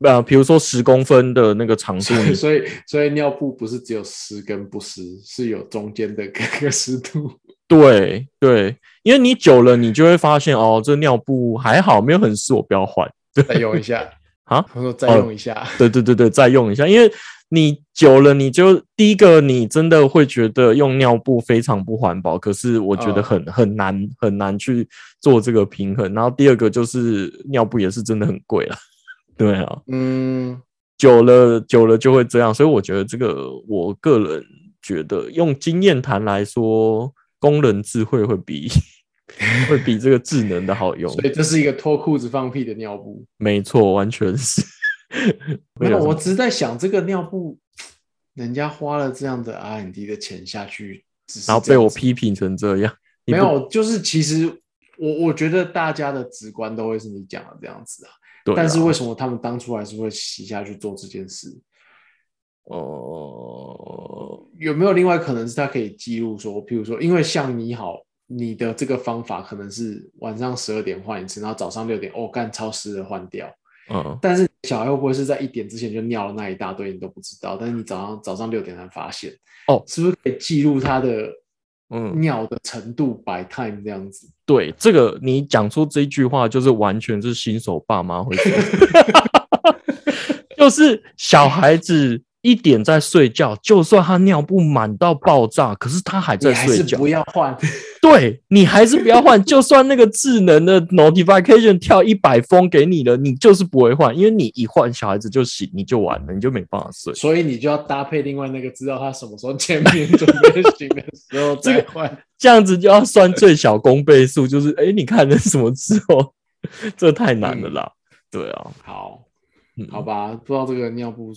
Speaker 2: 呃，比如说十公分的那个长度，
Speaker 1: 所以
Speaker 2: 你
Speaker 1: 所以所以尿布不是只有湿跟不湿，是有中间的各个湿度。
Speaker 2: 对对，因为你久了，你就会发现哦，这尿布还好，没有很湿，我不要换。
Speaker 1: 再用一下
Speaker 2: 啊！
Speaker 1: 我说再
Speaker 2: 哦
Speaker 1: 用一下，
Speaker 2: 对对对对，再用一下，因为你久了，你就第一个，你真的会觉得用尿布非常不环保，可是我觉得
Speaker 1: 嗯
Speaker 2: 很、很难很难去做这个平衡。然后第二个就是尿布也是真的很贵啦， 对啊，
Speaker 1: 嗯，
Speaker 2: 久了久了就会这样，所以我觉得这个我个人觉得用经验谈来说，工人智慧会比 会比这个智能的好用
Speaker 1: 所，以这是一个脱裤子放屁的尿布。
Speaker 2: 没错，完全是。
Speaker 1: 没有，
Speaker 2: 什么
Speaker 1: 我只是在想这个尿布，人家花了这样的 R&D 的钱下去，只是
Speaker 2: 然后
Speaker 1: 这
Speaker 2: 被
Speaker 1: 样
Speaker 2: 我
Speaker 1: 子
Speaker 2: 批评成这样，你
Speaker 1: 没
Speaker 2: 不
Speaker 1: 有，就是其实我我觉得大家的直观都会是你讲的这样子啊，
Speaker 2: 对啦，
Speaker 1: 但是为什么他们当初还是会洗下去做这件事？
Speaker 2: 哦，
Speaker 1: 有没有另外可能是他可以记录说，譬如说，因为像你好，你的这个方法可能是晚上十二点换一次，然后早上六点哦干超湿的换掉，
Speaker 2: 嗯，
Speaker 1: 但是小孩会不会是在一点之前就尿了那一大堆，你都不知道？但是你早上早上六点才发现，
Speaker 2: 哦
Speaker 1: 是不是可以记录他的
Speaker 2: 嗯，
Speaker 1: 尿的程度百 time 这样子？
Speaker 2: 对，这个你讲出这一句话，就是完全是新手爸妈会说， 就是小孩子一点在睡觉，就算他尿布满到爆炸，可是他还
Speaker 1: 你
Speaker 2: 在
Speaker 1: 还
Speaker 2: 睡
Speaker 1: 是
Speaker 2: 觉，
Speaker 1: 不要换，
Speaker 2: 对你还是不要换，就算那个智能的 notification 跳一百封给你了，你就是不会换，因为你一换小孩子就醒，你就完了，你就没办法睡。
Speaker 1: 所以你就要搭配另外那个，知道他什么时候前面准备醒的时候
Speaker 2: 这
Speaker 1: 再
Speaker 2: 个
Speaker 1: 换。
Speaker 2: 这样子就要算最小公倍数，就是哎、诶你看了什么之后， 这太难了啦。对啊，
Speaker 1: 好，
Speaker 2: 嗯
Speaker 1: 好吧，不知道这个尿布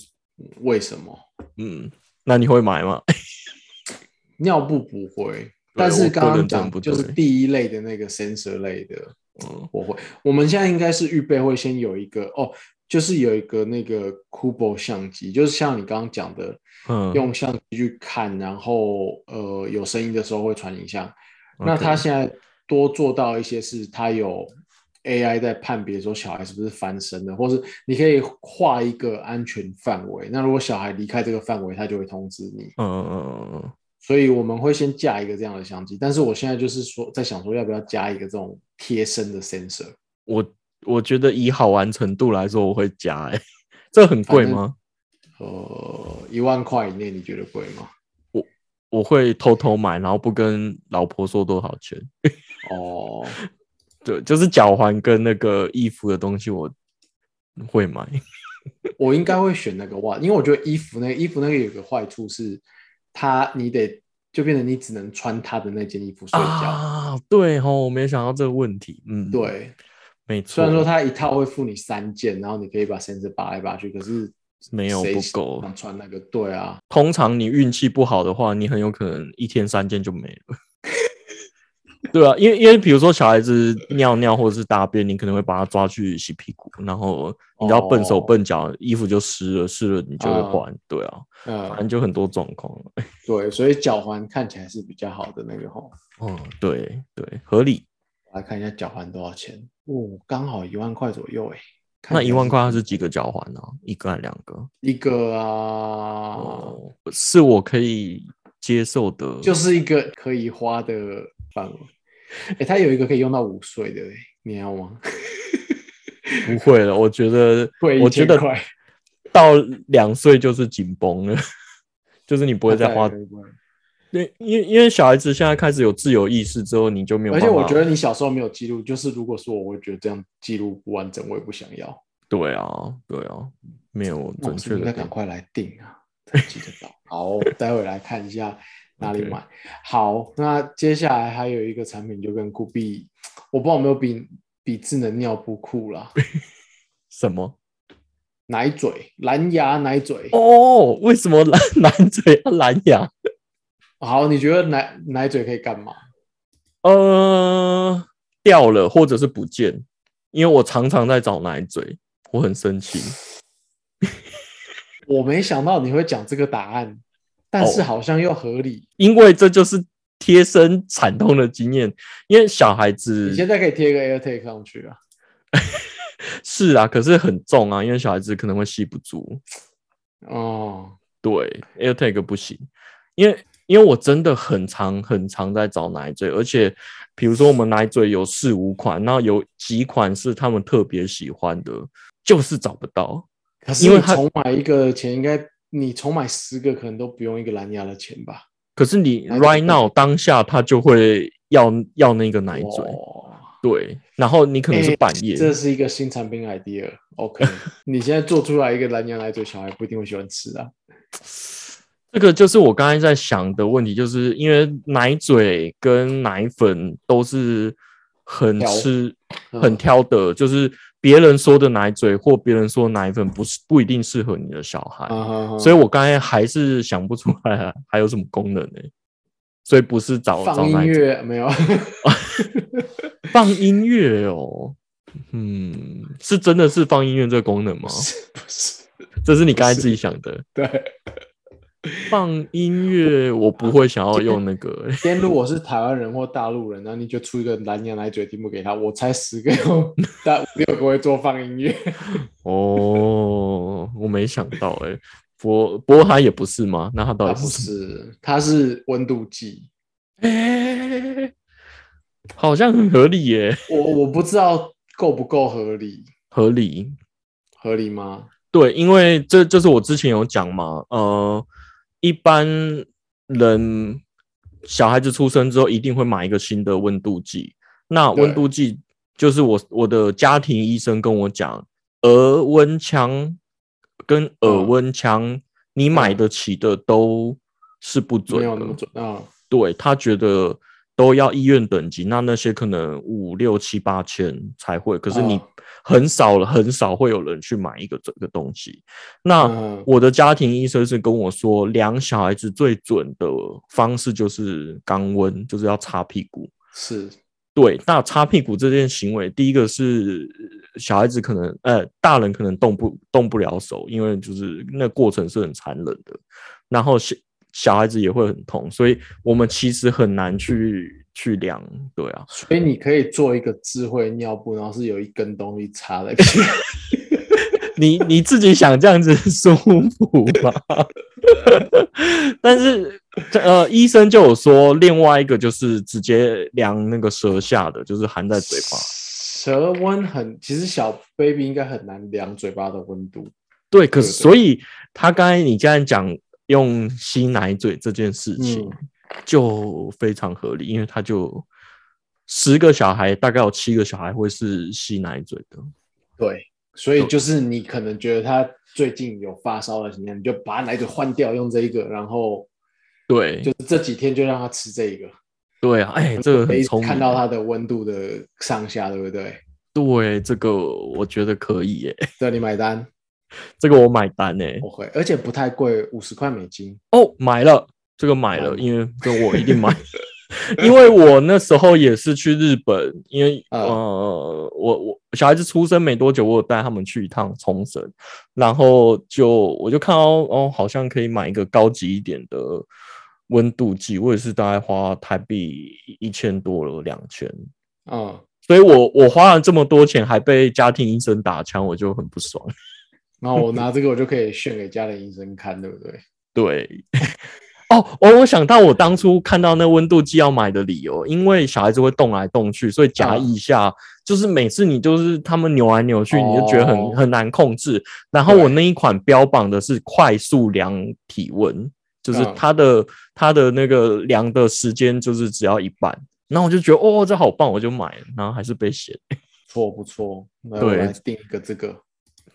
Speaker 1: 为什么
Speaker 2: 嗯，那你会买吗？
Speaker 1: 尿布不会，但是
Speaker 2: 我
Speaker 1: 刚刚
Speaker 2: 个人真的
Speaker 1: 讲
Speaker 2: 不
Speaker 1: 就是
Speaker 2: 对
Speaker 1: 第一类的那个 sensor 类的，
Speaker 2: 嗯
Speaker 1: 我会，我们现在应该是预备会先有一个哦，就是有一个那个 Kubo 相机，就是像你刚刚讲的，
Speaker 2: 嗯，
Speaker 1: 用相机去看，然后呃有声音的时候会传影像。那
Speaker 2: OK
Speaker 1: 它现在多做到一些是，它有 AI 在判别说小孩是不是翻身的，或是你可以画一个安全范围。那如果小孩离开这个范围，它就会通知你。
Speaker 2: 嗯嗯嗯嗯嗯，
Speaker 1: 所以我们会先架一个这样的相机，但是我现在就是说在想说要不要加一个这种贴身的 sensor。
Speaker 2: 我我觉得以好玩程度来说，我会加、欸， 这很贵吗？
Speaker 1: 呃，一万块以内你觉得贵吗？
Speaker 2: 我会偷偷买，然后不跟老婆说多少钱。
Speaker 1: 哦，
Speaker 2: 对，就是脚环跟那个衣服的东西，我会买。
Speaker 1: 我应该会选那个袜，因为我觉得衣服那个衣服那个有个坏处是，它你得就变成你只能穿它的那件衣服睡觉。
Speaker 2: 啊，对哦，我没想到这个问题。嗯，，
Speaker 1: 对，
Speaker 2: 没错。
Speaker 1: 虽然说它一套会付你三件，然后你可以把绳子拔来拔去，可是
Speaker 2: 没有
Speaker 1: 谁
Speaker 2: 不够
Speaker 1: 想穿那个，对啊，
Speaker 2: 通常你运气不好的话，你很有可能一天三件就没了。 对啊，因为因为比如说小孩子尿尿或者是大便，你可能会把他抓去洗屁股，然后你知道笨手
Speaker 1: 哦
Speaker 2: 笨脚，衣服就湿了，湿了你就会
Speaker 1: 啊
Speaker 2: 换。对啊，反正
Speaker 1: 嗯，
Speaker 2: 就很多状况。
Speaker 1: 对，所以脚环看起来是比较好的那个吼。
Speaker 2: 哦，对对，合理。
Speaker 1: 我来看一下脚环多少钱，哦，刚好一万块左右诶。看
Speaker 2: 那
Speaker 1: 起
Speaker 2: 一
Speaker 1: 来
Speaker 2: 万
Speaker 1: 是
Speaker 2: 块它是几个脚环呢、一个还两个？
Speaker 1: 一个啊，
Speaker 2: 哦，是我可以接受的。
Speaker 1: 就是一个可以花的范围。哎、它有一个可以用到五岁的、欸，你要吗？
Speaker 2: 不会了，我觉得
Speaker 1: 贵，
Speaker 2: 我觉得
Speaker 1: 1000块
Speaker 2: 到两岁就是紧绷了， 就是你不会再花
Speaker 1: 它。不会
Speaker 2: 对，因为因为小孩子现在开始有自由意识之后，你就没有
Speaker 1: 而且
Speaker 2: 办法。
Speaker 1: 我觉得你小时候没有记录，就是如果说我会觉得这样记录不完整，我也不想要。
Speaker 2: 对啊，对啊，没有
Speaker 1: 那
Speaker 2: 准
Speaker 1: 我是
Speaker 2: 确
Speaker 1: 不是
Speaker 2: 的
Speaker 1: 该
Speaker 2: 定
Speaker 1: 赶快来订 啊？才记得到。好，待会来看一下哪里
Speaker 2: OK
Speaker 1: 买。好，那接下来还有一个产品就跟酷比，我不知道有没有比比智能尿布酷 啦，
Speaker 2: 什么
Speaker 1: 奶嘴，蓝牙奶嘴。
Speaker 2: 哦？为什么蓝蓝嘴要蓝牙？
Speaker 1: 好，你觉得奶奶嘴可以干嘛？
Speaker 2: 呃，掉了或者是不见，因为我常常在找奶嘴，我很生气。
Speaker 1: 我没想到你会讲这个答案，但是
Speaker 2: 哦
Speaker 1: 好像又合理。
Speaker 2: 因为这就是贴身惨痛的经验。因为小孩子
Speaker 1: 你现在可以贴个 AirTag 上去啊。
Speaker 2: 是啊，可是很重啊，因为小孩子可能会吸不住。
Speaker 1: 哦，
Speaker 2: 对，AirTag 不行，因为因为我真的很常很常在找奶嘴，而且比如说我们奶嘴有四五款，那有几款是他们特别喜欢的，就是找不到。
Speaker 1: 可是
Speaker 2: 因为
Speaker 1: 你
Speaker 2: 它
Speaker 1: 重买一个钱，应该你重买十个可能都不用一个蓝牙的钱吧？
Speaker 2: 可是你
Speaker 1: 哪一个
Speaker 2: right now 当下他就会要要那个奶嘴，
Speaker 1: 哦
Speaker 2: 对，然后你可能是
Speaker 1: 哎
Speaker 2: 半夜，
Speaker 1: 这是一个新产品 idea。OK，你 现在做出来一个蓝牙奶嘴，小孩不一定会喜欢吃 啊。
Speaker 2: 这个就是我刚才在想的问题，就是因为奶嘴跟奶粉都是很
Speaker 1: 挑
Speaker 2: 吃、
Speaker 1: 嗯
Speaker 2: 很挑的，就是别人说的奶嘴或别人说的奶粉不是不一定适合你的小孩，
Speaker 1: 嗯啊
Speaker 2: 所以我刚才还是想不出来 啊还有什么功能呢、所以不是找找
Speaker 1: 放音
Speaker 2: 奶嘴
Speaker 1: 乐没有？
Speaker 2: 放音乐哦，嗯，是真的是放音乐这个功能吗？
Speaker 1: 不 是，
Speaker 2: 这是你刚才自己想的。
Speaker 1: 对。
Speaker 2: 放音乐我不会想要用那个欸、
Speaker 1: 今天如果是台湾人或大陆人，那你就出一个蓝牙奶嘴题目给他，我猜十个有大五六个会做放音乐。
Speaker 2: 哦，我没想到哎、欸，不过不过他也不是吗？那他 到
Speaker 1: 他
Speaker 2: 底
Speaker 1: 不
Speaker 2: 是什么？
Speaker 1: 是，他是温度计。
Speaker 2: 哎、 好像很合理耶、
Speaker 1: 我我不知道够不够合理，
Speaker 2: 合理。
Speaker 1: 合理吗？
Speaker 2: 对，因为这就是我之前有讲嘛，呃，一般人小孩子出生之后一定会买一个新的温度计，那
Speaker 1: 对
Speaker 2: 温度计就是我我的家庭医生跟我讲，额温枪跟耳
Speaker 1: 嗯
Speaker 2: 温枪，你买得起的都是不准
Speaker 1: 没
Speaker 2: 的，
Speaker 1: 有那么准啊。
Speaker 2: 对他觉得都要医院等级，那那些可能五六七八千才会，可是你
Speaker 1: 啊
Speaker 2: 很少了，很少会有人去买一个这个东西。那
Speaker 1: 嗯，
Speaker 2: 啊我的家庭医生是跟我说，量小孩子最准的方式就是肛温，就是要擦屁股。
Speaker 1: 是
Speaker 2: 对，那擦屁股这件行为，第一个是呃小孩子可能，呃，大人可能动不动不了手，因为就是那过程是很残忍的，然后小小孩子也会很痛，所以我们其实很难去去量，对啊，
Speaker 1: 所以你可以做一个智慧尿布，然后是有一根东西插在屁股
Speaker 2: 你你自己想这样子 舒服吗？ 但是呃，医生就有说，另外一个就是直接量那个舌下的，就是含在嘴巴。
Speaker 1: 舌温很，其实小 baby 应该很难量嘴巴的温度。
Speaker 2: 对，可
Speaker 1: 对
Speaker 2: 是
Speaker 1: 对
Speaker 2: 所以他刚才你这样讲用吸奶嘴这件事情、
Speaker 1: 嗯
Speaker 2: 就非常合理，因为他就十个小孩大概有七个小孩会是吸奶嘴的。
Speaker 1: 对，所以
Speaker 2: 对
Speaker 1: 就是你可能觉得他最近有发烧了，怎么样，你就把奶嘴换掉，用这一个，然后
Speaker 2: 对，
Speaker 1: 就是这几天就让他吃这一个，
Speaker 2: 对啊，哎、这个
Speaker 1: 可
Speaker 2: 很
Speaker 1: 以
Speaker 2: 聪明。
Speaker 1: 看到他的温度的上下，对不对？
Speaker 2: 对这个，我觉得可以耶、
Speaker 1: 这里买单，
Speaker 2: 这个我买单耶、
Speaker 1: 我会，而且不太贵，五十块美金。
Speaker 2: 哦，买了，这个买
Speaker 1: 买
Speaker 2: 了，
Speaker 1: 了
Speaker 2: 因为这我一定 买，因为我那时候也是去日本，因为
Speaker 1: 嗯
Speaker 2: 呃，我我小孩子出生没多久，我有带他们去一趟冲绳，然后就我就看到哦，好像可以买一个高级一点的温度计，我也是大概花台币一千多了，两千。
Speaker 1: 嗯，
Speaker 2: 所以我我花了这么多钱，还被家庭医生打枪，我就很不爽。
Speaker 1: 然后我拿这个我就可以炫给家里医生看，对不对？
Speaker 2: 对，哦，我我想到我当初看到那温度计要买的理由，因为小孩子会动来动去，所以夹
Speaker 1: 嗯
Speaker 2: 一下，就是每次你就是他们扭来扭去，你就觉得很、
Speaker 1: 哦
Speaker 2: 很难控制。然后我
Speaker 1: 对
Speaker 2: 那一款标榜的是快速量体温，就是
Speaker 1: 嗯
Speaker 2: 它的、它的那个量的时间就是只要一半。然后我就觉得哦，这好棒，我就买了，然后还是被嫌。
Speaker 1: 错不错？那我
Speaker 2: 对
Speaker 1: 来定一个这个。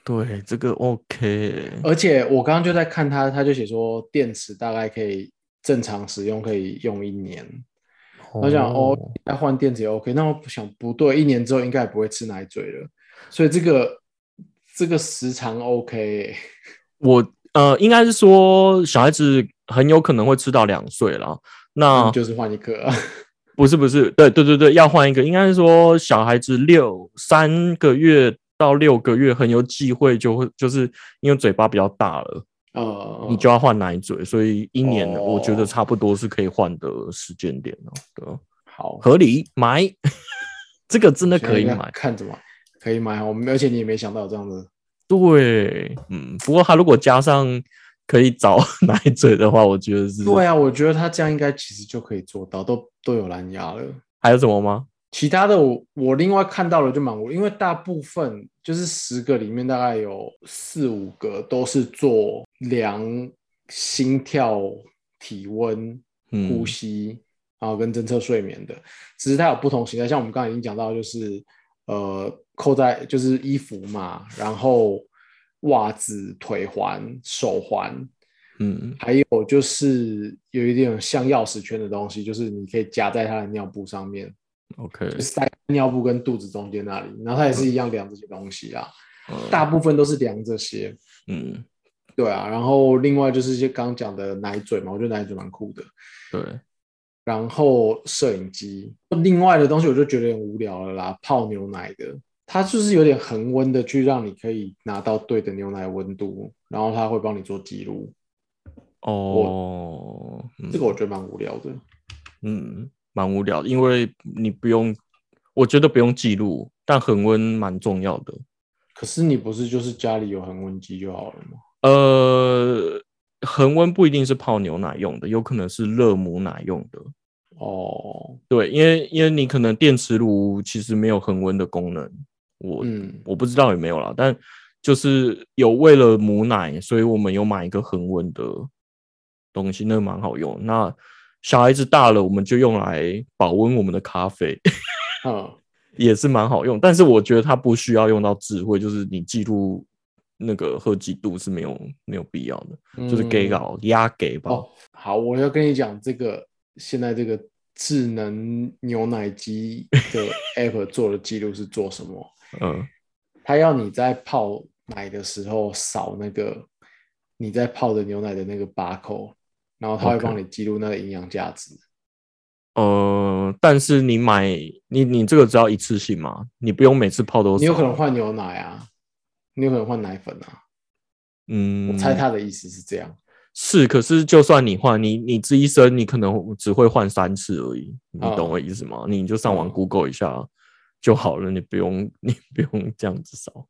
Speaker 2: 对，这个 OK，
Speaker 1: 而且我刚刚就在看他，他就写说电池大概可以正常使用，可以用一年。我想哦，那换电池也 OK。那我想不对，一年之后应该也不会吃奶嘴了，所以这个这个时长 OK 欸、
Speaker 2: 我呃，应该是说小孩子很有可能会吃到两岁啦。那
Speaker 1: 嗯嗯就是换一颗、啊。
Speaker 2: 不是不是，对对对对，要换一个，应该是说小孩子六三个月到六个月很有机会就会，就是因为嘴巴比较大了，
Speaker 1: 呃，
Speaker 2: 你就要换奶嘴，所以一年
Speaker 1: 哦
Speaker 2: 我觉得差不多是可以换的时间点了，对啊，
Speaker 1: 好，
Speaker 2: 合理买， 这个真的可以
Speaker 1: 现在
Speaker 2: 买，
Speaker 1: 看着嘛，可以买。我们而且你也没想到有这样子，
Speaker 2: 对，嗯，不过他如果加上可以找 奶嘴的话，我觉得是，
Speaker 1: 对啊，我觉得他这样应该其实就可以做到，都都有蓝牙了。
Speaker 2: 还有什么吗？
Speaker 1: 其他的我我另外看到了就蛮无，因为大部分就是十个里面大概有四五个都是做量心跳、体温、
Speaker 2: 嗯
Speaker 1: 呼吸，然后跟侦测睡眠的，只是它有不同形态，像我们刚才已经讲到，就是呃扣在就是衣服嘛，然后袜子、腿环、手环，
Speaker 2: 嗯，
Speaker 1: 还有就是有一点像钥匙圈的东西，就是你可以夹在它的尿布上面。
Speaker 2: OK，
Speaker 1: 就塞尿布跟肚子中间那里，然后它也是一样量这些东西啊，
Speaker 2: 呃
Speaker 1: 大部分都是量这些，
Speaker 2: 嗯，
Speaker 1: 对啊，然后另外就是一些刚讲的奶嘴嘛，我觉得奶嘴蛮酷的，
Speaker 2: 对，
Speaker 1: 然后摄影机，另外的东西我就觉得有点无聊了啦，泡牛奶的，它就是有点恒温的，去让你可以拿到对的牛奶温度，然后它会帮你做记录，
Speaker 2: 哦，嗯
Speaker 1: 这个我觉得蛮无聊的，
Speaker 2: 嗯，蛮无聊的，因为你不用，我觉得不用记录，但恒温蛮重要的。
Speaker 1: 可是你不是就是家里有恒温机就好了吗？
Speaker 2: 呃，恒温不一定是泡牛奶用的，有可能是热母奶用的。
Speaker 1: 哦，
Speaker 2: 对，因为因为你可能电磁炉其实没有恒温的功能，我、
Speaker 1: 嗯，
Speaker 2: 我不知道有没有啦，但就是有为了母奶，所以我们有买一个恒温的东西，那个蛮好用。那小孩子大了，我们就用来保温我们的咖啡。
Speaker 1: 嗯，
Speaker 2: 也是蛮好用，但是我觉得它不需要用到智慧，就是你记录那个喝几度是没有没有必要的，就是给
Speaker 1: 嗯
Speaker 2: 搞压给吧。
Speaker 1: 哦好，我要跟你讲这个现在这个智能牛奶机 的 app 做的记录是做什么？
Speaker 2: 嗯，
Speaker 1: 它要你在泡奶的时候扫那个你在泡的牛奶的那个把口，然后它会
Speaker 2: OK
Speaker 1: 帮你记录那个营养价值。
Speaker 2: 呃，但是你买你你这个只要一次性嘛，你不用每次泡都
Speaker 1: 你有可能换牛奶啊，你有可能换奶粉啊。
Speaker 2: 嗯，
Speaker 1: 我猜它的意思是这样。
Speaker 2: 是，可是就算你换，你你这一生你可能只会换三次而已，你
Speaker 1: 嗯
Speaker 2: 懂我意思吗？你就上网
Speaker 1: 嗯
Speaker 2: Google 一下就好了，你不用你不用这样子扫。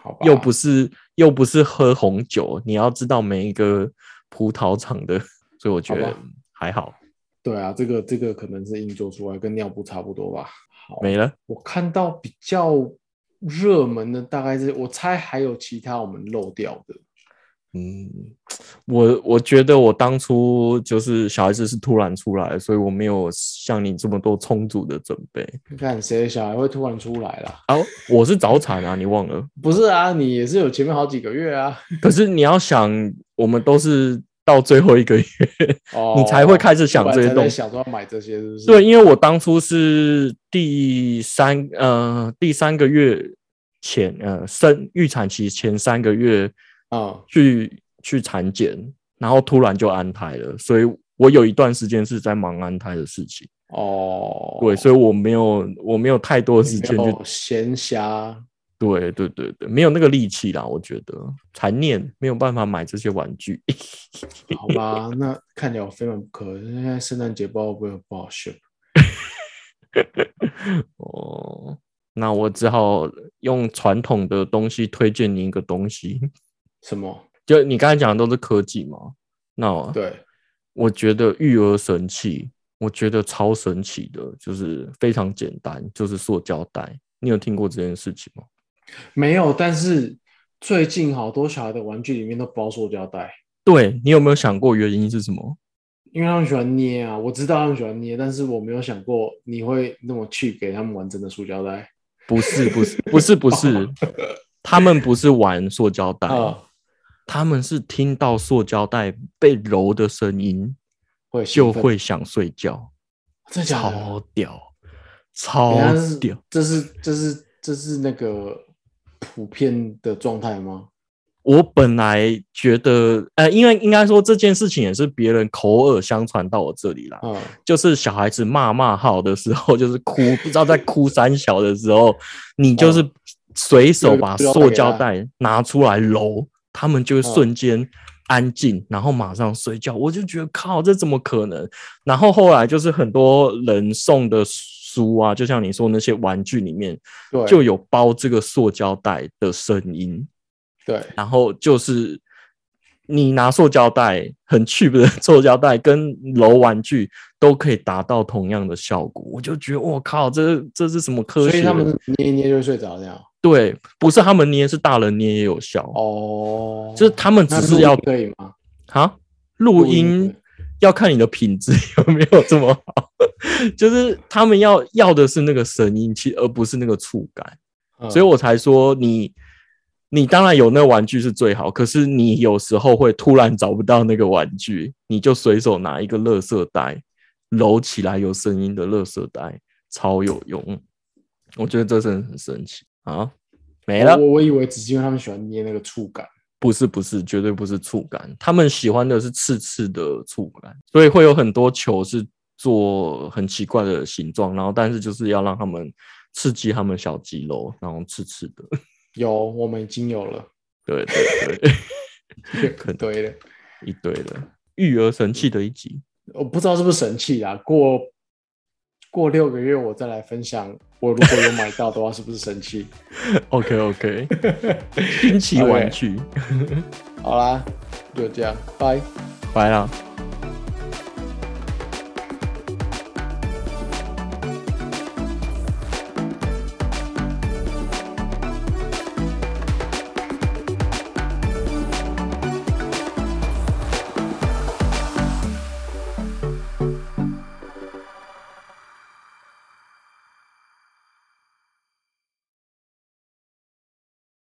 Speaker 1: 好吧，
Speaker 2: 又不是又不是喝红酒，你要知道每一个葡萄厂的，所以我觉
Speaker 1: 好
Speaker 2: 得
Speaker 1: 吧
Speaker 2: 还好，
Speaker 1: 对啊，这个这个可能是硬做出来，跟尿布差不多吧。好，
Speaker 2: 没了。
Speaker 1: 我看到比较热门的大概是，我猜还有其他我们漏掉的。
Speaker 2: 嗯，我我觉得我当初就是小孩子是突然出来，所以我没有像你这么多充足的准备。
Speaker 1: 你看谁的小孩会突然出来啦？
Speaker 2: 啊，我是早产啊，你忘了？
Speaker 1: 不是啊，你也是有前面好几个月啊，
Speaker 2: 可是你要想，我们都是到最后一个月，
Speaker 1: 哦，
Speaker 2: 你才会开始想这
Speaker 1: 不然才
Speaker 2: 些
Speaker 1: 在
Speaker 2: 东西
Speaker 1: 想说要买这些是不是？
Speaker 2: 对，，因为我当初是第三呃第三个月前呃生预产期前三个月
Speaker 1: 嗯，
Speaker 2: 去去产检，然后突然就安胎了，所以我有一段时间是在忙安胎的事情。
Speaker 1: 哦，
Speaker 2: 对，所以我没有我没有太多的时
Speaker 1: 你
Speaker 2: 间
Speaker 1: 没
Speaker 2: 去
Speaker 1: 有闲暇，
Speaker 2: 对对对对，没有那个力气啦，我觉得残念没有办法买这些玩具。
Speaker 1: 好吧，那看起来我非常不可。现在圣诞节不知道会不会不好 ship，
Speaker 2: 哦，那我只好用传统的东西推荐你一个东西。
Speaker 1: 什么？
Speaker 2: 就你刚才讲的都是科技嘛，那我
Speaker 1: 对，
Speaker 2: 我觉得育儿神器，我觉得超神奇的，就是非常简单，就是塑胶袋。你有听过这件事情吗？
Speaker 1: 没有，但是最近好多小孩的玩具里面都包塑胶袋，
Speaker 2: 对你有没有想过原因是什么？
Speaker 1: 因为他们喜欢捏啊，我知道他们喜欢捏，但是我没有想过你会那么去给他们玩真的塑胶袋
Speaker 2: 不是，不是，不是，不是，他们不是玩塑胶袋，
Speaker 1: 啊，
Speaker 2: 他们是听到塑胶袋被揉的声音
Speaker 1: 会
Speaker 2: 就
Speaker 1: 兴奋
Speaker 2: 会想睡觉，
Speaker 1: 真的假的？
Speaker 2: 超屌，超
Speaker 1: 等一下是
Speaker 2: 屌。
Speaker 1: 这是这是这是那个普遍的状态吗？
Speaker 2: 我本来觉得，呃，因为应该说这件事情也是别人口耳相传到我这里啦，
Speaker 1: 嗯，
Speaker 2: 就是小孩子骂骂号的时候， 就是哭，不知道在哭三小的时候，你就是随手把塑胶袋拿出来揉，他们就会瞬间安静，然后马上睡觉。我就觉得靠，这怎么可能？然后后来就是很多人送的书啊，就像你说那些玩具里面
Speaker 1: 对，
Speaker 2: 就有包这个塑胶袋的声音。
Speaker 1: 对，
Speaker 2: 然后就是你拿塑胶袋，很 cheap 的塑胶袋跟揉玩具都可以达到同样的效果，我就觉得我靠，这这是什么科
Speaker 1: 所
Speaker 2: 学？哦
Speaker 1: 以他们捏一捏就会睡着这样。
Speaker 2: 对，不是他们捏，是大人捏也有效，
Speaker 1: 哦，
Speaker 2: 就是他们只
Speaker 1: 那录
Speaker 2: 是
Speaker 1: 音
Speaker 2: 要
Speaker 1: 可以吗？
Speaker 2: 啊录
Speaker 1: 录音
Speaker 2: 音
Speaker 1: 对
Speaker 2: 要看你的品质有没有这么好， 就是他们要要的是那个声音，其而不是那个触感。
Speaker 1: 嗯
Speaker 2: 所以我才说你，你当然有那玩具是最好，可是你有时候会突然找不到那个玩具，你就随手拿一个垃圾袋，揉起来有声音的垃圾袋，超有用。我觉得这真的很神奇啊！没了，
Speaker 1: 我我以为只是因为他们喜欢捏那个触感。
Speaker 2: 不是不是，绝对不是触感，他们喜欢的是刺刺的触感，所以会有很多球是做很奇怪的形状，然后但是就是要让他们刺激他们小肌肉，然后刺刺的。
Speaker 1: 有，我们已经有了，
Speaker 2: 对对对，可能
Speaker 1: 对的。
Speaker 2: 一堆的育儿神器的一集。
Speaker 1: 我不知道是不是神器啦，过过六个月我再来分享，我如果有买到的话是不是神器？
Speaker 2: OK OK，新奇玩具，
Speaker 1: 好啦，就这样，拜。
Speaker 2: 拜了。